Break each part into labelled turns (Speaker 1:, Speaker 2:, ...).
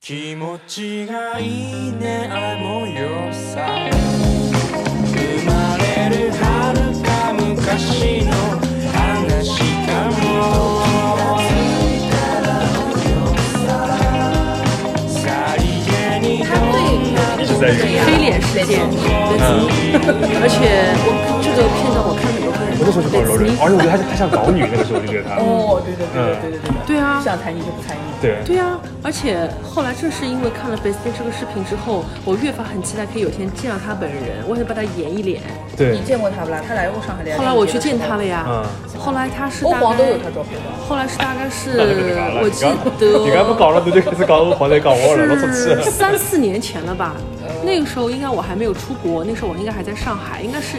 Speaker 1: 気持ちがいいねあの夜さ生まれる遥か昔の話かもさりげに
Speaker 2: 对日本的黑脸事件的嗯而且我这个片段我看了有个人，
Speaker 3: 我那时候就搞柔韧，而且我觉得他他像搞女，那个时候就觉得他，
Speaker 4: 哦，对对对对对对对
Speaker 2: 对啊
Speaker 4: 对，，想参与就不参与。
Speaker 3: 对，
Speaker 2: 对啊，而且后来正是因为看了贝斯汀这个视频之后，我越发很期待可以有一天见到他本人，我想把他演一脸。
Speaker 3: 对
Speaker 4: 你，见过他不啦？他来过上海的。
Speaker 2: 后来我去见他了呀，
Speaker 3: 嗯
Speaker 2: 后来他是
Speaker 4: 欧
Speaker 2: 大
Speaker 4: 皇都有
Speaker 2: 概，
Speaker 4: 他照片的。
Speaker 2: 后来是大概是我
Speaker 3: 你
Speaker 2: 记
Speaker 3: 刚
Speaker 2: 得
Speaker 3: 你刚不搞了，你就开始搞黄在搞我了，我操，
Speaker 2: 是
Speaker 3: 是，
Speaker 2: 三四年前了吧？那个时候应该我还没有出国，那时候我应该还在上海，应该是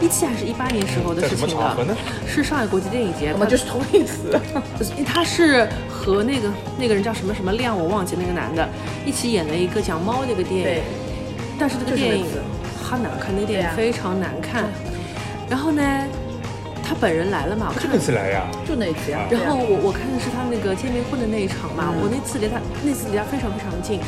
Speaker 2: 一七还是一八年时候的
Speaker 3: 在
Speaker 2: 事
Speaker 3: 什么
Speaker 2: 情
Speaker 3: 场
Speaker 2: 了
Speaker 3: 合呢。
Speaker 2: 是上海国际电影节，
Speaker 4: 我们就是同义词，
Speaker 2: 呃他是和那个那个人叫什么什么亮，我忘记那个男的，一起演了一个讲猫的一个电影
Speaker 4: 对，，
Speaker 2: 但是这个
Speaker 4: 就是
Speaker 2: 电影
Speaker 4: 那次
Speaker 2: 很难看，那个电影
Speaker 4: 对啊
Speaker 2: 非常难看。然后呢，他本人来了嘛，我看
Speaker 3: 啊这个是来呀，
Speaker 4: 就那一次啊呀。
Speaker 3: 啊
Speaker 2: 然后我我看的是他那个见面会的那一场嘛，
Speaker 3: 嗯
Speaker 2: 我那次离他那次离他非常非常近，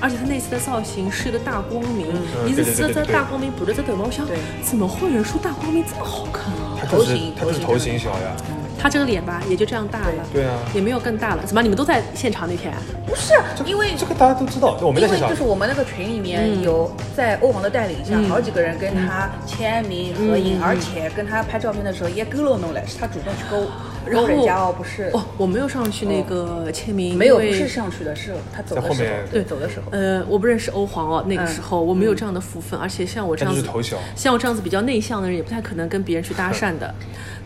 Speaker 2: 而且他那次的造型是一个大光明，一直
Speaker 3: 嗯对对
Speaker 2: 是
Speaker 3: 对
Speaker 2: 在
Speaker 3: 对对
Speaker 2: 大光明补着这头发，我想
Speaker 4: 对
Speaker 2: 怎么会有人说大光明这么好看啊？
Speaker 3: 他就是
Speaker 4: 头型
Speaker 3: 他就是头
Speaker 4: 头
Speaker 3: 型小呀，
Speaker 2: 他这个脸吧也就这样大了，
Speaker 3: 对啊，
Speaker 2: 也没有更大了。怎么你们都在现场那天？啊
Speaker 4: 不是因为
Speaker 3: 这个大家都知道，我们在现
Speaker 4: 因为
Speaker 3: 场
Speaker 4: 就是我们那个群里
Speaker 2: 嗯
Speaker 4: 面有在欧皇的带领下，好几个人跟他签名合
Speaker 2: 嗯
Speaker 4: 影，而且跟他拍照片的时候也勾了弄了，是他主动去勾
Speaker 2: 然
Speaker 4: 勾
Speaker 2: 后
Speaker 4: 人家哦，不是，哦
Speaker 2: 哦，我没有上去那个签名，
Speaker 4: 没有，不
Speaker 2: 因为
Speaker 4: 是上去的，是他走
Speaker 3: 在
Speaker 4: 的
Speaker 3: 后
Speaker 4: 时候
Speaker 3: 面，
Speaker 4: 对，走的时候，
Speaker 2: 呃，我不认识欧皇哦，那
Speaker 4: 嗯
Speaker 2: 个时候我没有这样的福分，而且像我这
Speaker 3: 他
Speaker 2: 样
Speaker 3: 就是
Speaker 2: 子，
Speaker 3: 头小，
Speaker 2: 像我这样子比较内向的人，也不太可能跟别人去
Speaker 4: 嗯
Speaker 2: 搭讪的。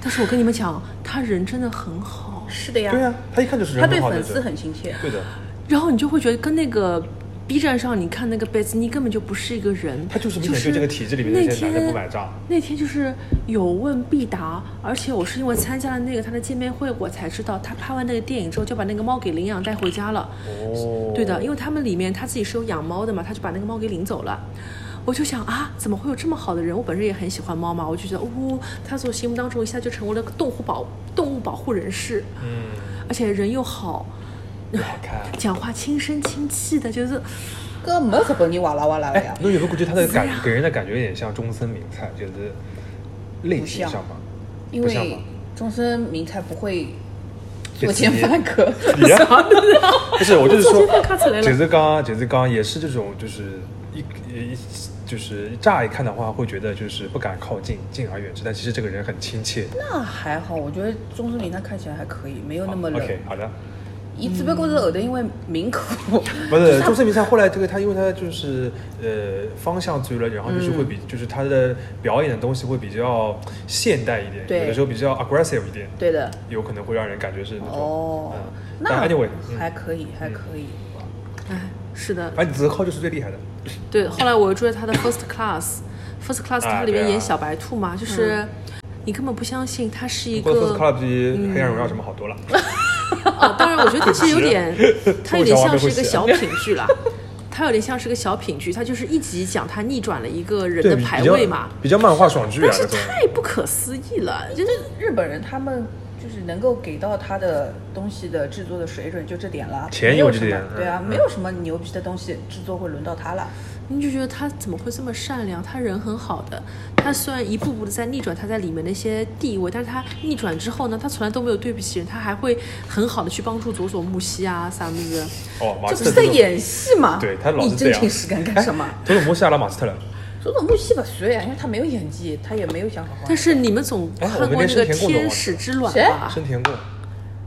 Speaker 2: 但是我跟你们讲，他人真的很好，
Speaker 4: 是的呀，
Speaker 3: 对呀，啊他一看就是
Speaker 4: 他
Speaker 3: 人
Speaker 4: 对
Speaker 3: 很好的
Speaker 4: 粉丝
Speaker 3: 人，
Speaker 4: 很亲切，
Speaker 3: 对的，
Speaker 2: 然后你就会觉得跟那个 B 站上你看那个贝斯尼根本就不是一个人，
Speaker 3: 他就是明
Speaker 2: 就
Speaker 3: 显
Speaker 2: 是
Speaker 3: 对这个体制里面的
Speaker 2: 那
Speaker 3: 这些
Speaker 2: 天
Speaker 3: 男的不买账。
Speaker 2: 那天就是有问必答，而且我是因为参加了那个他的见面会，我才知道他拍完那个电影之后就把那个猫给领养带回家了。
Speaker 3: 哦
Speaker 2: 对的，因为他们里面他自己是有养猫的嘛，他就把那个猫给领走了。我就想啊，怎么会有这么好的人？我本身也很喜欢猫嘛，我就觉得，呜、他在我心目当中一下就成为了个动物保动物保护人士，
Speaker 3: 嗯，
Speaker 2: 而且人又好，
Speaker 3: 又好看。
Speaker 2: 讲话轻声轻气的，就是
Speaker 4: 哥没日本人哇啦哇啦的
Speaker 3: 哎
Speaker 4: 呀，，
Speaker 3: 那有没有觉得他的感给人的感觉有点像中森明菜，就是类型上嘛？
Speaker 4: 因
Speaker 3: 不像
Speaker 4: 为
Speaker 3: 吗
Speaker 4: 终身名菜不会
Speaker 3: 给
Speaker 4: 做
Speaker 3: 自己
Speaker 4: 奸犯 科，
Speaker 3: 你呀， 不是，我就是
Speaker 2: 做
Speaker 3: 说
Speaker 2: 奸犯看起来，了
Speaker 3: 简直刚，简直刚也是这种，就是一一就是乍一看的话会觉得就是不敢靠近，敬而远之，但其实这个人很亲切。
Speaker 4: 那还好，我觉得终身名菜看起来还可以，没有那么冷。
Speaker 3: 哦 OK，好的。
Speaker 4: 伊只不过是后头因为名口，
Speaker 3: 不是中森明菜，后来这个他因为他就是呃方向追了，然后就是会比、就是他的表演的东西会比较现代一点，
Speaker 4: 对
Speaker 3: 有的时候比较 aggressive 一点，
Speaker 4: 对的，
Speaker 3: 有可能会让人感觉是那种
Speaker 4: 哦
Speaker 3: 嗯，
Speaker 4: 那
Speaker 3: 但 anyway，嗯
Speaker 4: 还可以，还可以。
Speaker 2: 哎，是的，
Speaker 3: 反正子浩就是最厉害的，
Speaker 2: 对。后来我又追了他的 First Class，First Class
Speaker 3: 啊
Speaker 2: 他里面
Speaker 3: 对啊
Speaker 2: 演小白兔嘛，就是你根本不相信他是一
Speaker 3: 不过 First
Speaker 2: 个
Speaker 3: Club 比黑暗荣耀什么好多了。，
Speaker 2: 啊，当然我觉得他其实有点 他有点像是一个小品剧啦。他有点像是个小品剧，他就是一集讲他逆转了一个人的
Speaker 3: 比
Speaker 2: 排
Speaker 3: 比较
Speaker 2: 位嘛，
Speaker 3: 比较漫画爽剧啊
Speaker 2: 但是
Speaker 3: 那种。
Speaker 2: 太不可思议了，就是
Speaker 4: 日本人他们就是能够给到他的东西的制作的水准，就这点了。
Speaker 3: 钱
Speaker 4: 没
Speaker 3: 有
Speaker 4: 有
Speaker 3: 这
Speaker 4: 什么
Speaker 3: 点
Speaker 4: 对啊，
Speaker 3: 嗯
Speaker 4: 没有什么牛逼的东西制作会轮到他了。
Speaker 2: 你就觉得他怎么会这么善良？他人很好的，他虽然一步步的在逆转他在里面的一些地位，但是他逆转之后呢，他从来都没有对不起人，他还会很好的去帮助佐佐木希啊啥么的。
Speaker 3: 哦，马
Speaker 4: 这
Speaker 3: 斯特
Speaker 4: 不是在
Speaker 3: 这种
Speaker 4: 演戏吗？
Speaker 3: 对他老
Speaker 4: 你
Speaker 3: 是这
Speaker 4: 真
Speaker 3: 样哎
Speaker 4: 情实感干什么？
Speaker 3: 佐佐木希阿拉马斯特了。
Speaker 4: 佐佐木希不算呀，因为他没有演技，他也没有想好好。
Speaker 2: 但是你们总
Speaker 3: 哎
Speaker 2: 看
Speaker 3: 我们
Speaker 2: 过
Speaker 3: 连
Speaker 2: 那个
Speaker 3: 深田
Speaker 2: 《
Speaker 3: 恭都
Speaker 2: 天
Speaker 3: 忘记
Speaker 2: 使
Speaker 3: 了
Speaker 2: 之卵》
Speaker 4: 谁
Speaker 2: 吧？
Speaker 3: 生田过，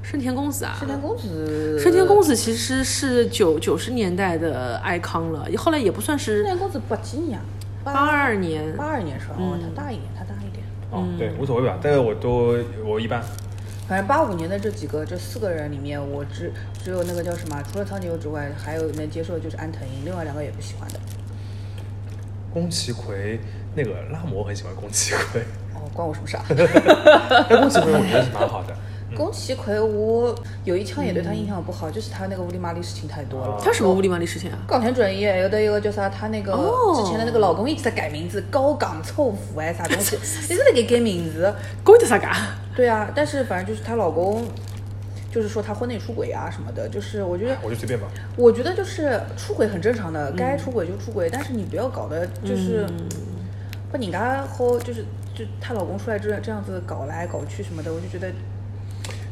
Speaker 2: 深田公子啊，
Speaker 4: 山田公子，
Speaker 2: 深田公子
Speaker 4: 子，
Speaker 2: 其实是九九十年代的 icon 了，后来也不算
Speaker 4: 山
Speaker 2: 是
Speaker 4: 田公子八几年啊？
Speaker 2: 八二年
Speaker 4: 八。二年是吧？哦，他大一点，他大一点。
Speaker 3: 哦，对，
Speaker 4: 嗯
Speaker 3: 无所谓吧，但是我都我一般。
Speaker 4: 反正八五年的这几个这四个人里面，我只只有那个叫什么，除了苍井优之外，还有能接受的就是安藤樱，另外两个也不喜欢的。
Speaker 3: 宫崎葵那个拉姆我很喜欢宫崎葵，
Speaker 4: 哦，关我什么 事啊？
Speaker 3: 但宫崎葵我觉得是蛮好的。
Speaker 4: 宫崎葵我有一腔也对他印象不好，就是他那个乌里麻里事情太多了。
Speaker 2: 他什么无理万里事情啊？
Speaker 4: 冈田准一有的一个叫啥，他那个
Speaker 2: 哦
Speaker 4: 之前的那个老公一直在改名字，高岗凑辅哎啥东 西，一直在给改名字。
Speaker 2: 关的啥个？
Speaker 4: 对啊，但是反正就是她老公就是说他婚内出轨啊什么的，就是我觉得
Speaker 3: 哎我就随便吧。
Speaker 4: 我觉得就是出轨很正常的，该出轨就出轨，但是你不要搞得就是把人家好就是就她老公出来这这样子搞来搞去什么的，我就觉得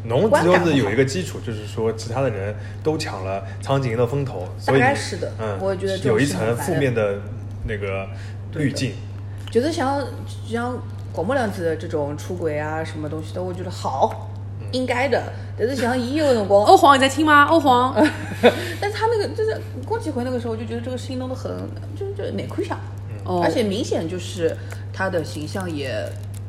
Speaker 3: 侬只要是有一个基础，就是说其他的人都抢了苍井的风头，所以
Speaker 4: 大概是的
Speaker 3: 嗯，
Speaker 4: 我觉得这种
Speaker 3: 有一
Speaker 4: 事情
Speaker 3: 层
Speaker 4: 反
Speaker 3: 负
Speaker 4: 正
Speaker 3: 面的那个滤镜。
Speaker 4: 就是像像广末凉子的这种出轨啊什么东西的，我觉得好。应该的，但是像伊有辰 光，
Speaker 2: 欧皇你在听吗？欧皇，
Speaker 3: 呃
Speaker 4: 但是他那个就是郭启辉那个时候，我就觉得这个事情弄得很，就是就是难看相，
Speaker 2: 哦
Speaker 4: 而且明显就是他的形象也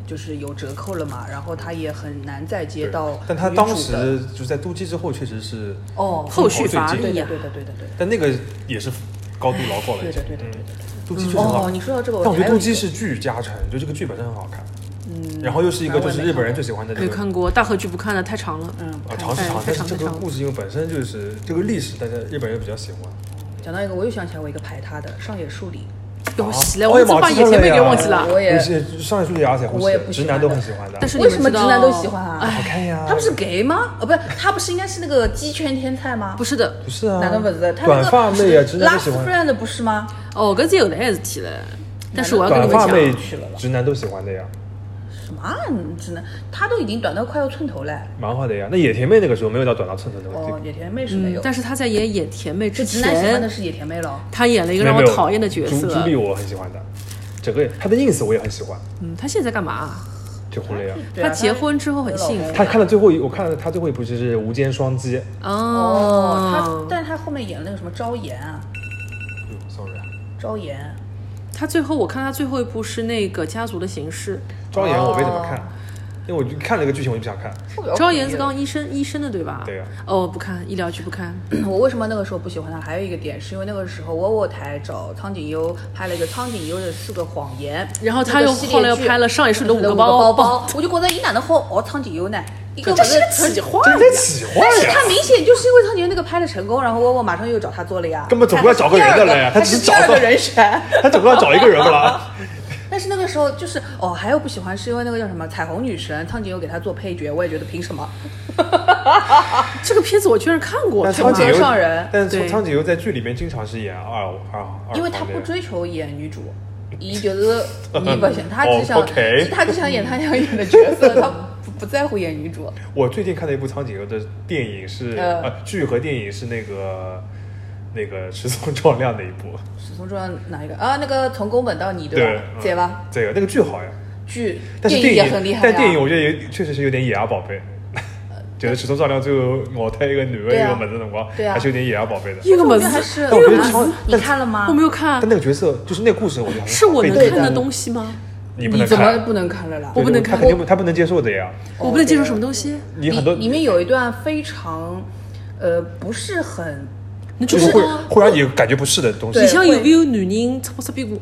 Speaker 4: 就是有折扣了嘛，然后他也很难再接
Speaker 3: 对
Speaker 4: 到。
Speaker 3: 但他当时就是在都基之后，确实是，
Speaker 4: 哦，
Speaker 2: 后续乏
Speaker 4: 对
Speaker 2: 力啊呀。
Speaker 4: 的对的对的对的。
Speaker 3: 但那个也是高度牢靠了已经。
Speaker 4: 对的对的对的
Speaker 3: 嗯都基确实很好
Speaker 4: 哦，，你说到这个，
Speaker 3: 但我觉
Speaker 4: 还
Speaker 3: 得杜
Speaker 4: 有一
Speaker 3: 基
Speaker 4: 个
Speaker 3: 是剧加成，就这个剧本身很好看，嗯，然后又是一个就是日本人最喜欢的这
Speaker 2: 没
Speaker 3: 个
Speaker 2: 看过大河剧，不看了，太长了。
Speaker 4: 嗯
Speaker 3: 啊长时长
Speaker 2: 哎，
Speaker 3: 但
Speaker 2: 非
Speaker 3: 是
Speaker 2: 常
Speaker 3: 这
Speaker 2: 非
Speaker 3: 个
Speaker 2: 常
Speaker 3: 故事因为本身就是这个历史，大家日本人比较喜欢。
Speaker 4: 讲到一个，我又想起来我一个排他的上野树里，
Speaker 2: 给我洗了，
Speaker 3: 啊
Speaker 2: 我怎么把野田妹给忘记了？
Speaker 4: 我也
Speaker 3: 不是上一书也而且
Speaker 4: 我也不喜
Speaker 3: 直
Speaker 4: 欢
Speaker 3: 男都
Speaker 4: 的
Speaker 3: 很喜欢的，
Speaker 2: 但是你
Speaker 4: 为
Speaker 2: 们
Speaker 4: 什么
Speaker 2: 知
Speaker 4: 直
Speaker 2: 道哎
Speaker 4: 男都喜欢？啊？
Speaker 3: 好看呀，
Speaker 4: 他不是 gay 吗？呃，不是，他不是应该是那个鸡圈天才吗？
Speaker 2: 不是的，
Speaker 3: 不是啊？
Speaker 4: 哪能不是？他那
Speaker 3: 短
Speaker 4: 个
Speaker 3: 发妹啊，直男都
Speaker 4: Last
Speaker 3: 喜欢。
Speaker 4: Friend 不是吗？
Speaker 2: 哦，搿是有来事体了。但是我要跟你们
Speaker 3: 短发
Speaker 2: 讲，嗯
Speaker 3: 妹
Speaker 4: 去了吧
Speaker 3: 直男都喜欢的呀，
Speaker 4: 什么啊你直男？他都已经短到快要寸头了。
Speaker 3: 蛮好的呀。那野田妹那个时候没有到短到寸头那个地
Speaker 4: 哦，
Speaker 3: 步，
Speaker 4: 野田妹是没
Speaker 2: 嗯
Speaker 4: 有，，
Speaker 2: 但是她在演野田妹
Speaker 4: 就
Speaker 2: 之
Speaker 4: 直男喜欢的
Speaker 2: 前，
Speaker 4: 是野田妹咯。
Speaker 2: 她演了一个
Speaker 3: 没有
Speaker 2: 让
Speaker 3: 没
Speaker 2: 我
Speaker 3: 有
Speaker 2: 讨厌的角
Speaker 3: 朱朱
Speaker 2: 色啊
Speaker 3: 莉。我很喜欢的，整个她的 ins 我也很喜欢，
Speaker 2: 嗯，她现在在干嘛啊？
Speaker 3: 就红了呀。
Speaker 4: 对啊
Speaker 2: 她结婚之后很幸
Speaker 4: 有老
Speaker 2: 福
Speaker 4: 公
Speaker 3: 她看了最后一，我看了她最后一部就是《无间双击》
Speaker 4: 哦，他，
Speaker 2: 她
Speaker 4: 但是他后面演了那个什么昭妍啊，
Speaker 3: 嗯，sorry 啊。
Speaker 4: 昭妍，
Speaker 2: 她最后我看她最后一部是那个《家族的形式
Speaker 3: 昭妍我没怎么看
Speaker 4: 哦，
Speaker 3: 因为我就看了个剧情我就不想看。》，
Speaker 2: 昭妍是当医生医生的对吧？
Speaker 3: 对呀
Speaker 2: 哦，不看医疗剧不看。
Speaker 4: 我为什么那个时候不喜欢他？还有一个点是因为那个时候窝窝台找苍井优拍了一个《苍井优的四个谎言》，
Speaker 2: 然后他
Speaker 4: 这个
Speaker 2: 又
Speaker 4: 系列
Speaker 2: 后来又
Speaker 4: 剧
Speaker 2: 拍了上野树里的
Speaker 4: 我觉
Speaker 2: 五
Speaker 4: 得五
Speaker 2: 个
Speaker 4: 个
Speaker 2: 包
Speaker 4: 包包， 我就觉得伊哪能好熬哦苍井优呢？一个
Speaker 2: 这
Speaker 4: 不
Speaker 2: 是
Speaker 4: 是
Speaker 2: 个企划
Speaker 3: 这在企划
Speaker 4: 但是
Speaker 3: 呀，
Speaker 4: 他明显就是因为苍井优那个拍的成功，然后窝窝马上又找他做了呀。
Speaker 3: 根本总归要找个人的了呀
Speaker 4: 他
Speaker 3: 他只是
Speaker 4: 是第二
Speaker 3: 找
Speaker 4: 个
Speaker 3: 到
Speaker 4: 人选。
Speaker 3: 他总共要找一个人不 啦？
Speaker 4: 但是那个时候就是哦，还有不喜欢是因为那个叫什么彩虹女神，苍井优给她做配角，我也觉得凭什么？
Speaker 2: 这个片子我居然看过，
Speaker 3: 但
Speaker 2: 是
Speaker 3: 苍
Speaker 2: 吗
Speaker 3: 井优
Speaker 4: 是上人，
Speaker 3: 但是
Speaker 2: 对
Speaker 3: 苍井优在剧里面经常是演二二二，
Speaker 4: 因为她不。追求演女主，伊就是你不行，嗯她 只
Speaker 3: 哦
Speaker 4: 想
Speaker 3: ，OK
Speaker 4: 她只想演她想演的角色，她不不在乎演女主。
Speaker 3: 我最近看的一部苍井优的电影是
Speaker 4: 呃
Speaker 3: 呃剧和电影是那个那个石松壮亮的一部，
Speaker 4: 始终重要哪一个啊？那个从宫本到你
Speaker 3: 对
Speaker 4: 吧？，
Speaker 3: 嗯
Speaker 4: 对吧？？
Speaker 3: 对啊，那个剧好呀，
Speaker 4: 剧
Speaker 3: 但是
Speaker 4: 影也很
Speaker 3: 电
Speaker 4: 厉
Speaker 3: 影
Speaker 4: 害，啊
Speaker 3: 但电影我觉得有确实是有点野鸭宝贝。 觉得石松壮亮最后咬他一个女的
Speaker 4: 对
Speaker 3: 一
Speaker 4: 啊
Speaker 3: 个门子辰光，
Speaker 4: 对啊
Speaker 3: 还是有点野鸭宝贝的。
Speaker 2: 一个
Speaker 4: 我
Speaker 2: 门
Speaker 4: 觉得还
Speaker 2: 子，
Speaker 4: 是
Speaker 3: 但我觉得
Speaker 4: 嗯
Speaker 3: 超
Speaker 4: 你看了吗
Speaker 2: 我？没有看
Speaker 4: 啊
Speaker 3: 但，那个角色就是那个故事，我觉得很好
Speaker 2: 是我能
Speaker 3: 被
Speaker 2: 看
Speaker 3: 动
Speaker 2: 的东西吗？
Speaker 3: 你不能
Speaker 4: 怎么
Speaker 3: 看，
Speaker 4: 不能看了啦？
Speaker 2: 我不能
Speaker 3: 他
Speaker 2: 看
Speaker 3: 肯定不，他不能接受的呀。
Speaker 4: 哦
Speaker 2: 我不能接受
Speaker 4: 对
Speaker 2: 什么东西，
Speaker 3: 你很多
Speaker 4: 里里面有一段非常呃不是很
Speaker 2: 你
Speaker 3: 就
Speaker 2: 就是是
Speaker 3: 会会让你感觉不适的东西
Speaker 4: 对
Speaker 2: 里，向有
Speaker 4: 会
Speaker 2: 没有女人擦不擦屁股？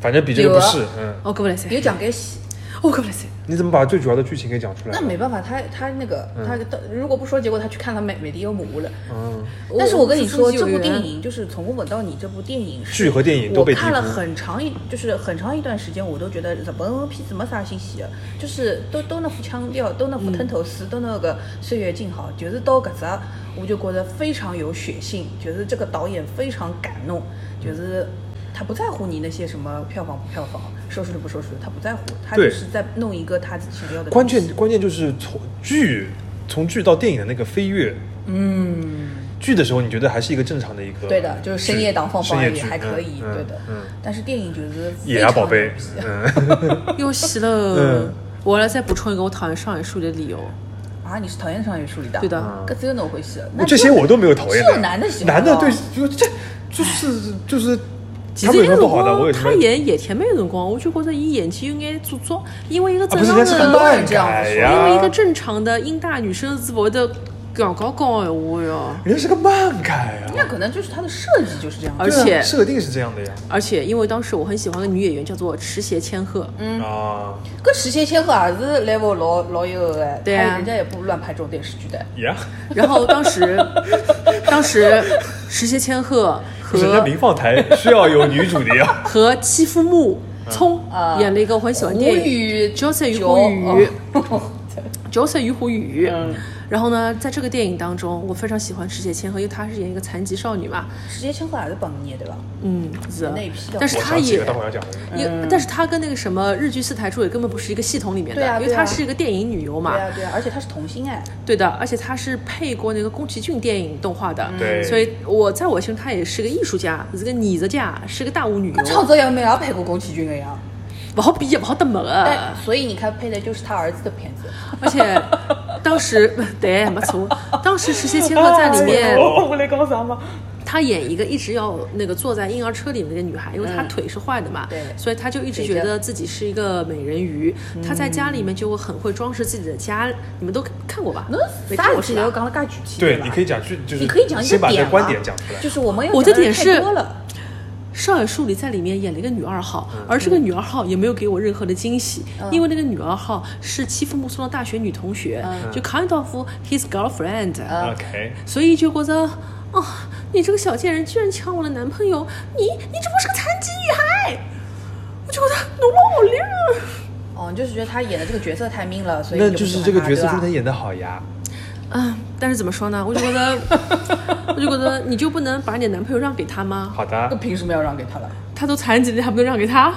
Speaker 3: 反正比这个不适。嗯，
Speaker 2: 哦，搿勿来塞，
Speaker 4: 有讲给洗。
Speaker 2: 哦，搿勿来塞。
Speaker 3: 你怎么把最主要的剧情给讲出来？
Speaker 4: 那没办法，他他那个他到如果不说，结果他去看了美美的优母了。
Speaker 3: 嗯，
Speaker 4: 但是我跟你说，这
Speaker 2: 有
Speaker 4: 部
Speaker 2: 缘
Speaker 4: 电影就是《从我吻到你》这部电影是，
Speaker 3: 剧和电影都
Speaker 4: 我
Speaker 3: 被低
Speaker 4: 看了
Speaker 3: 估。
Speaker 4: 很长一，就是很长一段时间，我都觉得日本片子没啥新鲜的，啊就是都都那副腔调，都那副吞头丝，都那个岁月静好，就是到搿只，我就觉得非常有血性，就是这个导演非常敢弄，就是。
Speaker 3: 嗯
Speaker 4: 他不在乎你那些什么票房不票房、收视率不收视率，他不在乎，他就
Speaker 3: 对
Speaker 4: 是在弄一个他自己想要的东西。
Speaker 3: 关键关键就是从剧从剧到电影的那个飞跃。
Speaker 4: 嗯，
Speaker 3: 剧的时候你觉得还是一个正常的一个剧，
Speaker 4: 对的，就是深夜档放
Speaker 3: 深
Speaker 4: 放而
Speaker 3: 夜
Speaker 4: 已，
Speaker 3: 剧
Speaker 4: 还可以，
Speaker 3: 嗯、
Speaker 4: 对的。
Speaker 3: 嗯，
Speaker 4: 但是电影就是
Speaker 3: 嗯
Speaker 4: 非
Speaker 3: 野鸭
Speaker 4: 常
Speaker 3: 宝贝
Speaker 4: 牛逼，
Speaker 3: 嗯，
Speaker 2: 又洗
Speaker 3: 嗯
Speaker 2: 了。我来再补充一个我讨厌上野树里的理由。
Speaker 4: 啊！你是讨厌上野树里的？
Speaker 2: 对的，
Speaker 4: 搿只有哪回事？
Speaker 3: 我嗯这些我都没有讨厌
Speaker 4: 只
Speaker 3: 的。
Speaker 4: 有男的喜欢
Speaker 3: 男的
Speaker 4: 哦
Speaker 3: 对，就这就是就是，
Speaker 2: 其
Speaker 3: 他
Speaker 2: 实
Speaker 3: 们有
Speaker 2: 那
Speaker 3: 什
Speaker 2: 个
Speaker 3: 么不
Speaker 2: 辰
Speaker 3: 好的？我
Speaker 2: 光，
Speaker 3: 有什
Speaker 2: 他
Speaker 3: 么？
Speaker 2: 演野田妹的辰光，我就觉得伊演技有眼做作，因为一个
Speaker 3: 啊，
Speaker 2: 正
Speaker 3: 不是，
Speaker 2: 常
Speaker 3: 人家是
Speaker 2: 的，
Speaker 3: 漫
Speaker 4: 这样
Speaker 3: 改
Speaker 4: 子说
Speaker 3: 呀，
Speaker 2: 因为一个正常的英大女生是勿会得讲高讲闲话哟。
Speaker 3: 人家是个漫改啊，
Speaker 4: 那可能就是他的设计就是这样。
Speaker 2: 而
Speaker 3: 对啊
Speaker 2: 且
Speaker 3: 设定是这样的呀。
Speaker 2: 而且，因为当时我很喜欢个女演员，叫做池胁千鹤。
Speaker 4: 嗯
Speaker 3: 啊
Speaker 4: 搿实现千鹤也是 level 老老有的哎，
Speaker 2: 对啊
Speaker 4: 他人家也不乱拍这种电视剧的。
Speaker 3: 呀，
Speaker 2: 然后当 时，当时石胁千鹤
Speaker 3: 不是人家
Speaker 2: 和
Speaker 3: 民放台需要有女主的 呀。
Speaker 2: 和欺负木聪
Speaker 4: 啊
Speaker 2: 演了一个我很喜欢的
Speaker 4: 无
Speaker 2: 电影
Speaker 4: 语
Speaker 2: 《角色与
Speaker 4: 九
Speaker 2: 虎语》
Speaker 4: 哦嗯
Speaker 2: 《角色与虎语》。然后呢，在这个电影当中，我非常喜欢池姐千鹤，因为她是演一个残疾少女嘛，
Speaker 4: 直接称呼还是本年对吧？
Speaker 2: 嗯，是
Speaker 4: 那一批的
Speaker 2: 但是
Speaker 3: 我
Speaker 2: 她
Speaker 3: 想起
Speaker 2: 也
Speaker 3: 了，但我要讲的
Speaker 2: 因为
Speaker 4: 嗯
Speaker 2: 但是她跟那个什么日剧四台柱也根本不是一个系统里面的，
Speaker 4: 对啊
Speaker 2: 因为
Speaker 4: 对啊
Speaker 2: 她是一个电影女优嘛，
Speaker 4: 对啊对啊，而且他是童星哎，
Speaker 2: 对的，而且她是配过那个宫崎骏电影动画的，
Speaker 3: 对
Speaker 2: 所以我在我心中她也是个艺术家，是个艺术家，是个大舞女
Speaker 3: 啊
Speaker 4: 搿
Speaker 2: 优
Speaker 4: 创，作也没也拍过宫崎骏的呀。
Speaker 2: 不好比也不好得么
Speaker 4: 但
Speaker 2: 个。
Speaker 4: 所以你看配的就是他儿子的片子，
Speaker 2: 而且当时 对没错，当时石溪千鹤在里面，
Speaker 3: 哦
Speaker 4: 我来讲啥嘛？
Speaker 2: 她演一个一直要那个坐在婴儿车里面的一个女孩，因为她
Speaker 4: 嗯
Speaker 2: 腿是坏的嘛，
Speaker 4: 对
Speaker 2: 所以她就一直
Speaker 4: 对
Speaker 2: 觉
Speaker 4: 的
Speaker 2: 得自己是一个美人鱼。她在家里面就很会装饰自己的家，你们都看过吧？没
Speaker 4: 侬
Speaker 2: 看
Speaker 4: 啥
Speaker 2: 过
Speaker 4: 事
Speaker 2: 是
Speaker 4: 体要
Speaker 2: 吧？
Speaker 4: 讲了介具体
Speaker 3: 对，
Speaker 4: 吧
Speaker 3: 你可以讲，就就是
Speaker 4: 你可以讲一个
Speaker 3: 先把你的
Speaker 4: 嘛
Speaker 3: 观点讲出来。
Speaker 4: 就是我们要
Speaker 2: 我的
Speaker 4: 讲
Speaker 2: 点
Speaker 4: 太
Speaker 2: 是
Speaker 4: 多了，
Speaker 2: 少野树里在里面演了一个女二号，而这个女二号也没有给我任何的惊喜，
Speaker 4: 嗯
Speaker 2: 因为那个女二号是欺负木村的大学女同学，
Speaker 4: 嗯
Speaker 2: 就 kind of his girlfriend，、
Speaker 3: OK，
Speaker 2: 所以就觉得，哦，你这个小贱人居然抢我的男朋友，你你只不过是个残疾女孩，我就觉得侬忘我脸了。
Speaker 4: 哦，你就是觉得他演的这个角色太命了，所以
Speaker 3: 那
Speaker 4: 你
Speaker 3: 就
Speaker 4: 不
Speaker 3: 是
Speaker 4: 喜欢
Speaker 3: 这个
Speaker 4: 他
Speaker 3: 角色
Speaker 4: 对吧
Speaker 3: 真的演的好呀。
Speaker 2: 嗯，但是怎么说呢，我就觉得， 我就觉得你就不能把你的男朋友让给他吗？
Speaker 3: 好
Speaker 4: 那
Speaker 3: 的，
Speaker 4: 凭什么要让给他了？
Speaker 2: 他都残疾了，你还不能让给他？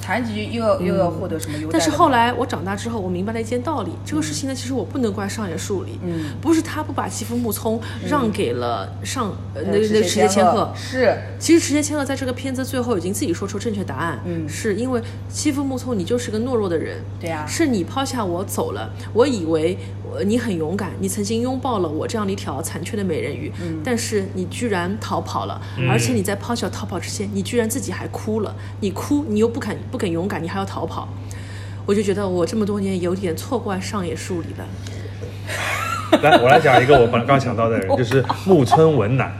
Speaker 4: 残疾又要又要获得什么优待了吗？
Speaker 2: 但是后来我长大之后，我明白了一件道理，这个事情呢，其实我不能怪上野树里，
Speaker 4: 嗯
Speaker 2: 不是他不把欺负木聪让给了上、呃那
Speaker 4: 呃
Speaker 2: 那个
Speaker 4: 是
Speaker 2: 池田千鹤，
Speaker 4: 是
Speaker 2: 其实池田千鹤在这个片子最后已经自己说出正确答案，
Speaker 4: 嗯
Speaker 2: 是因为欺负木聪，你就是个懦弱的人，
Speaker 4: 对啊
Speaker 2: 是你抛下我走了，我以为我你很勇敢，你曾经拥抱了我这样的一条残缺的美人鱼，
Speaker 4: 嗯
Speaker 2: 但是你居然逃跑了，而且你在抛下逃跑之前，你居然自己还哭了，你哭你又不肯不肯勇敢，你还要逃跑。我就觉得我这么多年有点错怪上野树里了，
Speaker 3: 来，我来讲一个我本来刚想到的人，就是木村文乃。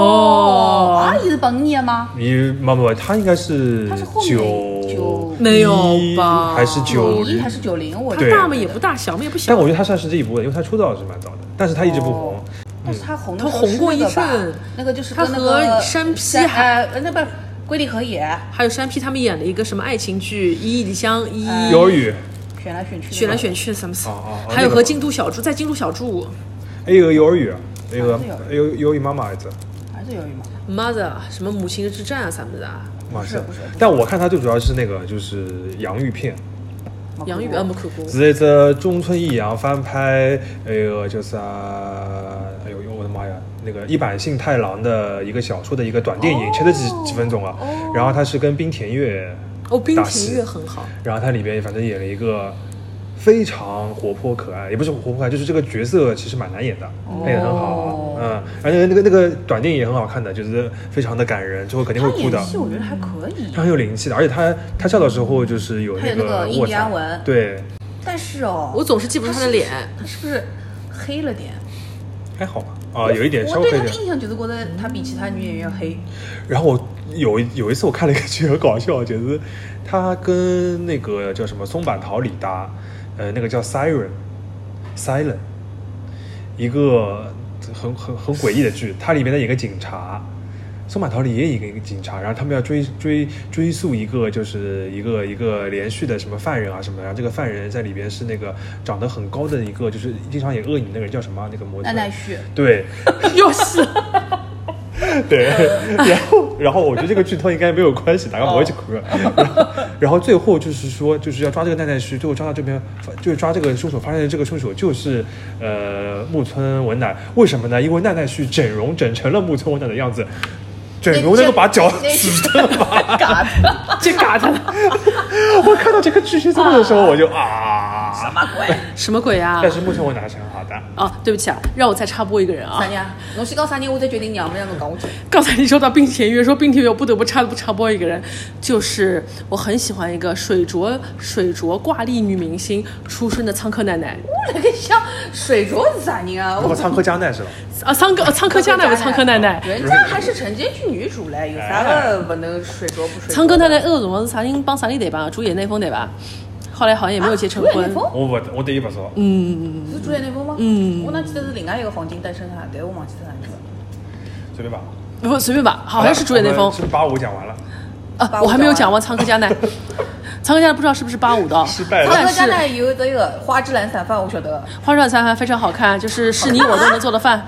Speaker 2: 哦
Speaker 4: 啊，也是本业吗？
Speaker 3: 你妈妈，他应该是
Speaker 4: 他是后面
Speaker 3: 九
Speaker 4: 九
Speaker 2: 没有吧
Speaker 3: 还是九
Speaker 4: 一还是九零？我
Speaker 2: 他
Speaker 3: 对
Speaker 2: 大嘛也不大，小嘛也不小
Speaker 3: 但我，觉得他算是这一部分，因为他出道是蛮早的，但是他一直不红
Speaker 4: 哦。
Speaker 3: 嗯
Speaker 4: 但是他红的
Speaker 2: 他
Speaker 4: 时候
Speaker 2: 红过
Speaker 4: 是那个
Speaker 2: 一
Speaker 4: 吧
Speaker 2: 阵
Speaker 4: 那个就是
Speaker 2: 他
Speaker 4: 跟那个
Speaker 2: 和山批还
Speaker 4: 还呃那不是龟梨和也
Speaker 2: 还有山 P 他们演了一个什么爱情剧《一亿里香》一。
Speaker 3: 幼儿园，
Speaker 4: 选来选去的
Speaker 2: 选来选去什么事？
Speaker 3: 哦哦哦
Speaker 2: 还有
Speaker 3: 那个
Speaker 2: 和京都小猪，在京都小猪
Speaker 3: 哎个幼儿园，那个
Speaker 4: 还啊是幼儿
Speaker 3: 哎
Speaker 4: 园
Speaker 3: 个幼儿园妈妈儿子，
Speaker 4: 还是有一毛。
Speaker 2: ，mother 什么母亲之战啊什么的啊，
Speaker 3: 哇塞
Speaker 4: 不是不是！
Speaker 3: 但我看他最主要是那个就是洋芋片，哦
Speaker 2: 洋芋呃木可锅，
Speaker 3: 是一只中村一阳翻拍呃那个叫啥？哎呦我的妈呀！那个一坂幸太郎的一个小说的一个短电
Speaker 4: 哦
Speaker 3: 影，才才几几分钟啊。然后他是跟冰田月
Speaker 2: 哦，冰
Speaker 3: 打
Speaker 2: 田
Speaker 3: 戏
Speaker 2: 月很好，
Speaker 3: 然后它里边反正演了一个非常活泼可爱，也不是活泼可爱，就是这个角色其实蛮难演的，配得很好
Speaker 4: 哦，
Speaker 3: 嗯，而且那个那个短电影也很好看的，就是非常的感人，最后肯定
Speaker 4: 他
Speaker 3: 会哭的
Speaker 4: 演。戏我觉得还可以，
Speaker 2: 嗯
Speaker 3: 他很有灵气的，而且他他笑的时候就是有
Speaker 4: 还有那
Speaker 3: 个
Speaker 4: 个印
Speaker 3: 卧
Speaker 4: 第安
Speaker 3: 蚕
Speaker 4: 纹
Speaker 3: 对，
Speaker 4: 但是哦，
Speaker 2: 我总是记不住他的脸。
Speaker 4: 他是不是黑了点？
Speaker 3: 还好吧，啊，有一点稍
Speaker 4: 我
Speaker 3: 微有
Speaker 4: 对他
Speaker 3: 一
Speaker 4: 的
Speaker 3: 点。
Speaker 4: 印象就是觉得他比其他女演员要黑。
Speaker 3: 然后我有一有一次我看了一个剧很搞笑，简直他跟那个叫什么松坂桃李搭，呃，那个叫 Siren Silent，一个很很很诡异的剧，它里面的演个警察。松坂桃李也演一个警察，然后他们要追追追溯一个就是一个一个连续的什么犯人啊什么的，然后这个犯人在里边是那个长得很高的一个，就是经常演恶女那个人叫什么啊那个模特
Speaker 4: 奈奈绪，
Speaker 3: 对，
Speaker 2: 又是
Speaker 3: 对，然后然后我觉得这个剧透应该没有关系，大家不会去哭。然后然后最后就是说，就是要抓这个奈奈须，最后抓到这边，就是抓这个凶手，发现这个凶手就是呃木村文乃。为什么呢？因为奈奈须整容整成了木村文乃的样子，整容那个把脚死的嘛，
Speaker 4: 嘎的，
Speaker 2: 这嘎他
Speaker 3: 我看到这个剧情这么的时候，我就啊，什么？
Speaker 2: 什么鬼啊
Speaker 3: 但？是木村文乃是很好的。
Speaker 2: 哦，对不起啊，让我再插播一个人啊
Speaker 4: 啥。人啊？侬先讲啥人，我再决定让不让侬讲下去。
Speaker 2: 刚才你说到冰田月，说冰田月，我不得不插不插播一个人，就是我很喜欢一个水着水着挂历女明星出身的仓科奈奈
Speaker 4: 我 那个想水卓是啥人啊？
Speaker 3: 那
Speaker 4: 我
Speaker 3: 么仓科佳奈是吧？
Speaker 2: 啊，仓科仓科佳奈不仓科奈奈，
Speaker 4: 人家还是晨间剧女主嘞，有啥个不能水卓不水？
Speaker 2: 仓科奈奈那个辰光是啥人帮啥人对吧？主演那封对吧？后来好像也没有结成
Speaker 4: 朱
Speaker 2: 婚
Speaker 4: 彦。峰
Speaker 3: 我不，我对伊不熟。
Speaker 4: 是朱彦那峰吗？嗯，我哪记得是另外一个黄金单身汉，但我忘记是啥人了。
Speaker 3: 随便吧。
Speaker 2: 哦不，随便吧，好像是主演那
Speaker 3: 好
Speaker 2: 封
Speaker 3: 了是。不是把我讲完了？
Speaker 2: 啊，我还没有讲完仓科佳奈。曹格家的不知道是不是八五的哦，
Speaker 3: 失败了
Speaker 4: 曹
Speaker 2: 但
Speaker 4: 格家
Speaker 2: 是
Speaker 4: 呢有这个花枝兰散饭，我晓得的，
Speaker 2: 花卷餐还非常好看，就是是你我都能做的饭。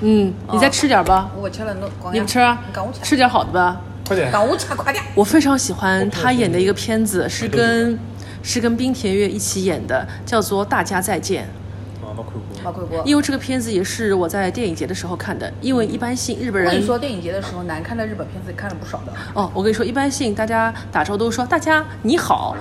Speaker 2: 嗯，你再吃点儿吧，
Speaker 4: 我不吃了，侬讲呀
Speaker 2: 你不吃啊
Speaker 4: 哦你讲我吃，
Speaker 2: 吃点儿好的吧。
Speaker 3: 快点，
Speaker 4: 讲我吃，快点。
Speaker 2: 我非常喜欢他演的一个片子，是跟是跟冰田月一起演的，叫做《大家再见》。
Speaker 3: 啊，没看过。
Speaker 4: 没看过。
Speaker 2: 因为这个片子也是我在电影节的时候看的，因为一般性日本
Speaker 4: 我跟
Speaker 2: 人
Speaker 4: 你说，电影节的时候，难看的日本片子看了不少的。
Speaker 2: 哦，我跟你说，一般性大家打招呼都说大家你好，